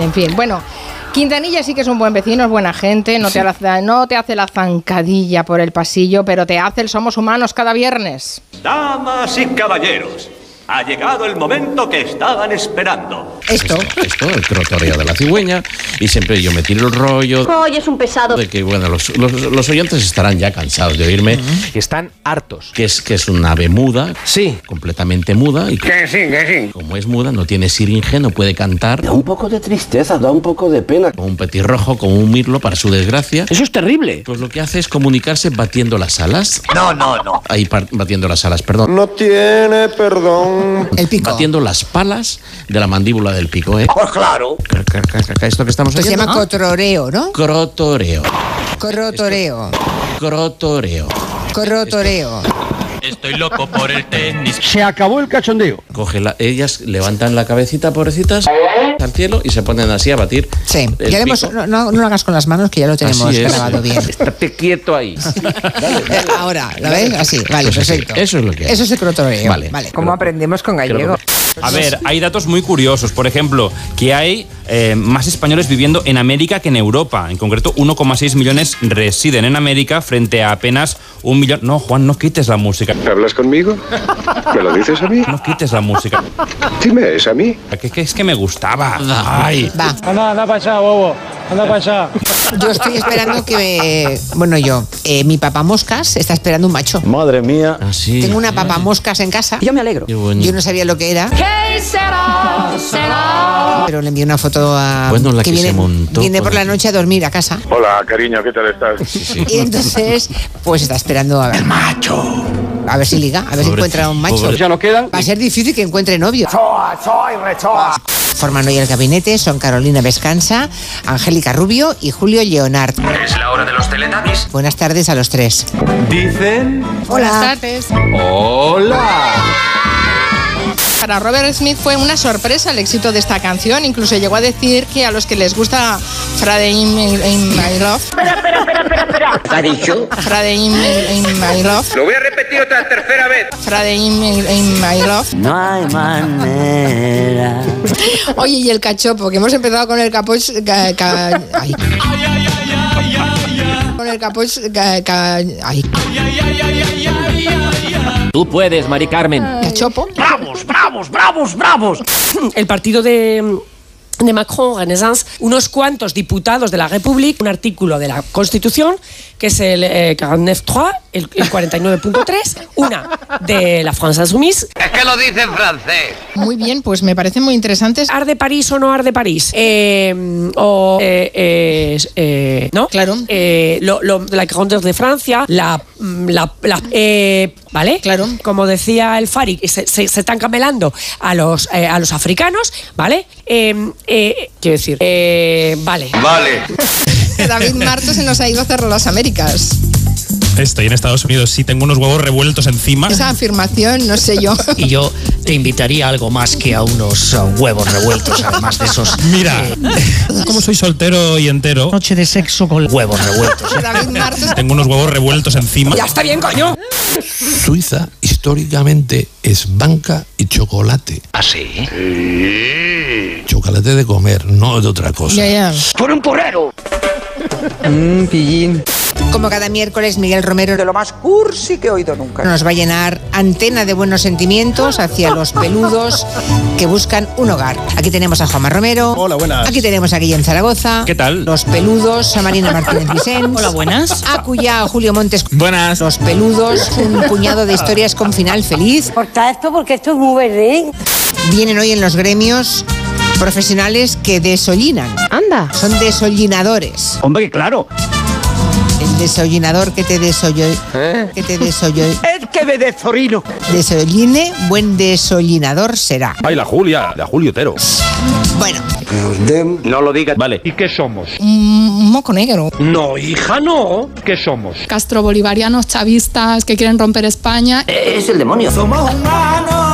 En fin, bueno. Quintanilla sí que es un buen vecino, es buena gente, no, Sí. te, hace, no te hace la zancadilla por el pasillo, pero te hace el Somos Humanos cada viernes. Damas y caballeros, ha llegado el momento que estaban esperando. Esto. Esto, el crotorea de la cigüeña. Y siempre yo me tiro el rollo Hoy es un pesado. de que, bueno, los, los- los oyentes estarán ya cansados de oírme, Están hartos. que es que es una ave muda, Sí. completamente muda, y que como es muda no tiene siringe, no puede cantar, Da un poco de tristeza, da un poco de pena. como un petirrojo, como un mirlo, para su desgracia. Eso es terrible. Pues lo que hace es comunicarse batiendo las alas. No, no, no. Ahí par- batiendo las alas, perdón. No tiene perdón. El pico. Batiendo las palas de la mandíbula del pico, ¿eh? Pues claro. Cr- cr- cr- cr- Esto que estamos Ah. Esto se haciendo. llama cotoreo, ¿no? Crotoreo. Corrotoreo. Crotoreo. Corrotoreo. Estoy loco por el tenis. Se acabó el cachondeo. Coge la- ellas levantan la cabecita, pobrecitas, al cielo y se ponen así a batir. Sí, el ya lo hemos- pico. no, no- no lo hagas con las manos que ya lo tenemos Así es. grabado bien. Eh, Estate quieto ahí. Ahora, ¿lo ves? Así, vale, Pues así, perfecto. eso es lo que hay. Eso es el crotoreo. Vale. Vale. ¿Cómo aprendemos con gallego? A ver, hay datos muy curiosos. Por ejemplo, que hay eh, más españoles viviendo en América que en Europa. En concreto, 1,6 millones residen en América frente a apenas un millón. No, Juan, no quites la música. ¿Hablas conmigo? ¿Me lo dices a mí? No quites la música. Dime, es a mí. Que, que es que me gustaba. Ay. Va. Anda, anda para allá, bobo. Anda para allá. Yo estoy esperando que me- Bueno, yo. eh, mi papamoscas está esperando un macho. Madre mía. Así. Tengo una papamoscas en casa. Yo me alegro. Qué bueno. Yo no sabía lo que era. Pero le envié una foto a. Bueno, Pues la que se viene, montó pues viene por por la aquí. noche a dormir a casa. Hola, cariño, ¿qué tal estás? Y entonces, pues está esperando a ver. macho! A ver si liga, a ver si Pobre- encuentra un macho. pobre- Ya no quedan. Va a ser difícil que encuentre novio. Forman hoy el gabinete, son Carolina Vescansa, Angélica Rubio y Julio Leonard. Es la hora de los teletubbies. Buenas tardes a los tres. Dicen. Buenas tardes. ¡Hola! Para Robert Smith fue una sorpresa el éxito de esta canción. Incluso llegó a decir que a los que les gusta Friday in, in- in My Love, Friday in, in My Love, Lo voy a repetir otra tercera vez. Friday in, in My Love. No hay manera. Oye, y el cachopo, que hemos empezado con el capoch. ca- ca- ay. Con el capoch. ca- ca- ay, Tú puedes, Mari Carmen. cachopo. El partido de de Macron Renaissance, unos cuantos diputados de la República, un artículo de la Constitución, que es el eh, 49.3, el, el 49.3, una de la France Insoumise, Es que lo dice en francés. Muy bien, pues me parecen muy interesantes. Ar de París o no Ar de París. Eh, o. eh, eh, eh, ¿No? Claro. Eh, lo, lo- la Grandeur de Francia, la. mm, la, la- eh, ¿Vale? Claro. Como decía el Fari, se, se- se están camelando a los, eh, a los africanos, ¿vale? Eh, eh, quiero decir. eh, vale. Vale. David Marto se nos ha ido a cerrar las Américas. Estoy en Estados Unidos, sí, tengo unos huevos revueltos encima. Esa afirmación, no sé yo. Y yo te invitaría a algo más que a unos uh, huevos revueltos, además de esos. Mira, como soy soltero y entero, Noche de sexo con huevos revueltos. David Martos. tengo unos huevos revueltos encima. Ya está bien, coño. Suiza históricamente es banca y chocolate. ¿Ah, sí? Chocolate de comer, no de otra cosa. Ya, ya. Como cada miércoles, Miguel Romero Mm, lo más cursi que he oído nunca. nos va a llenar antena de buenos sentimientos hacia los peludos que buscan un hogar. Aquí tenemos a Juanma Romero. Hola, buenas. Aquí tenemos a Guillem Zaragoza. ¿Qué tal? Los peludos, a Marina Martínez Vicens. Hola, buenas. A Cuyá, a Julio Montes. Buenas. Los peludos, un puñado de historias con final feliz. Corta esto porque esto es muy verde. ¿eh? Vienen hoy en los gremios profesionales que desollinan. Anda. Son desollinadores. Hombre, claro. El desollinador que te desolló. ¿Eh? Que te desolló. Es que me desorino. Desolline, buen desollinador será. Ay, la Julia, la Julio Otero. Bueno, No lo digas. Vale. ¿Y qué somos? Un moco negro. No, hija, no. ¿Qué somos? Castro bolivarianos chavistas que quieren romper España. Es el demonio. Somos humanos.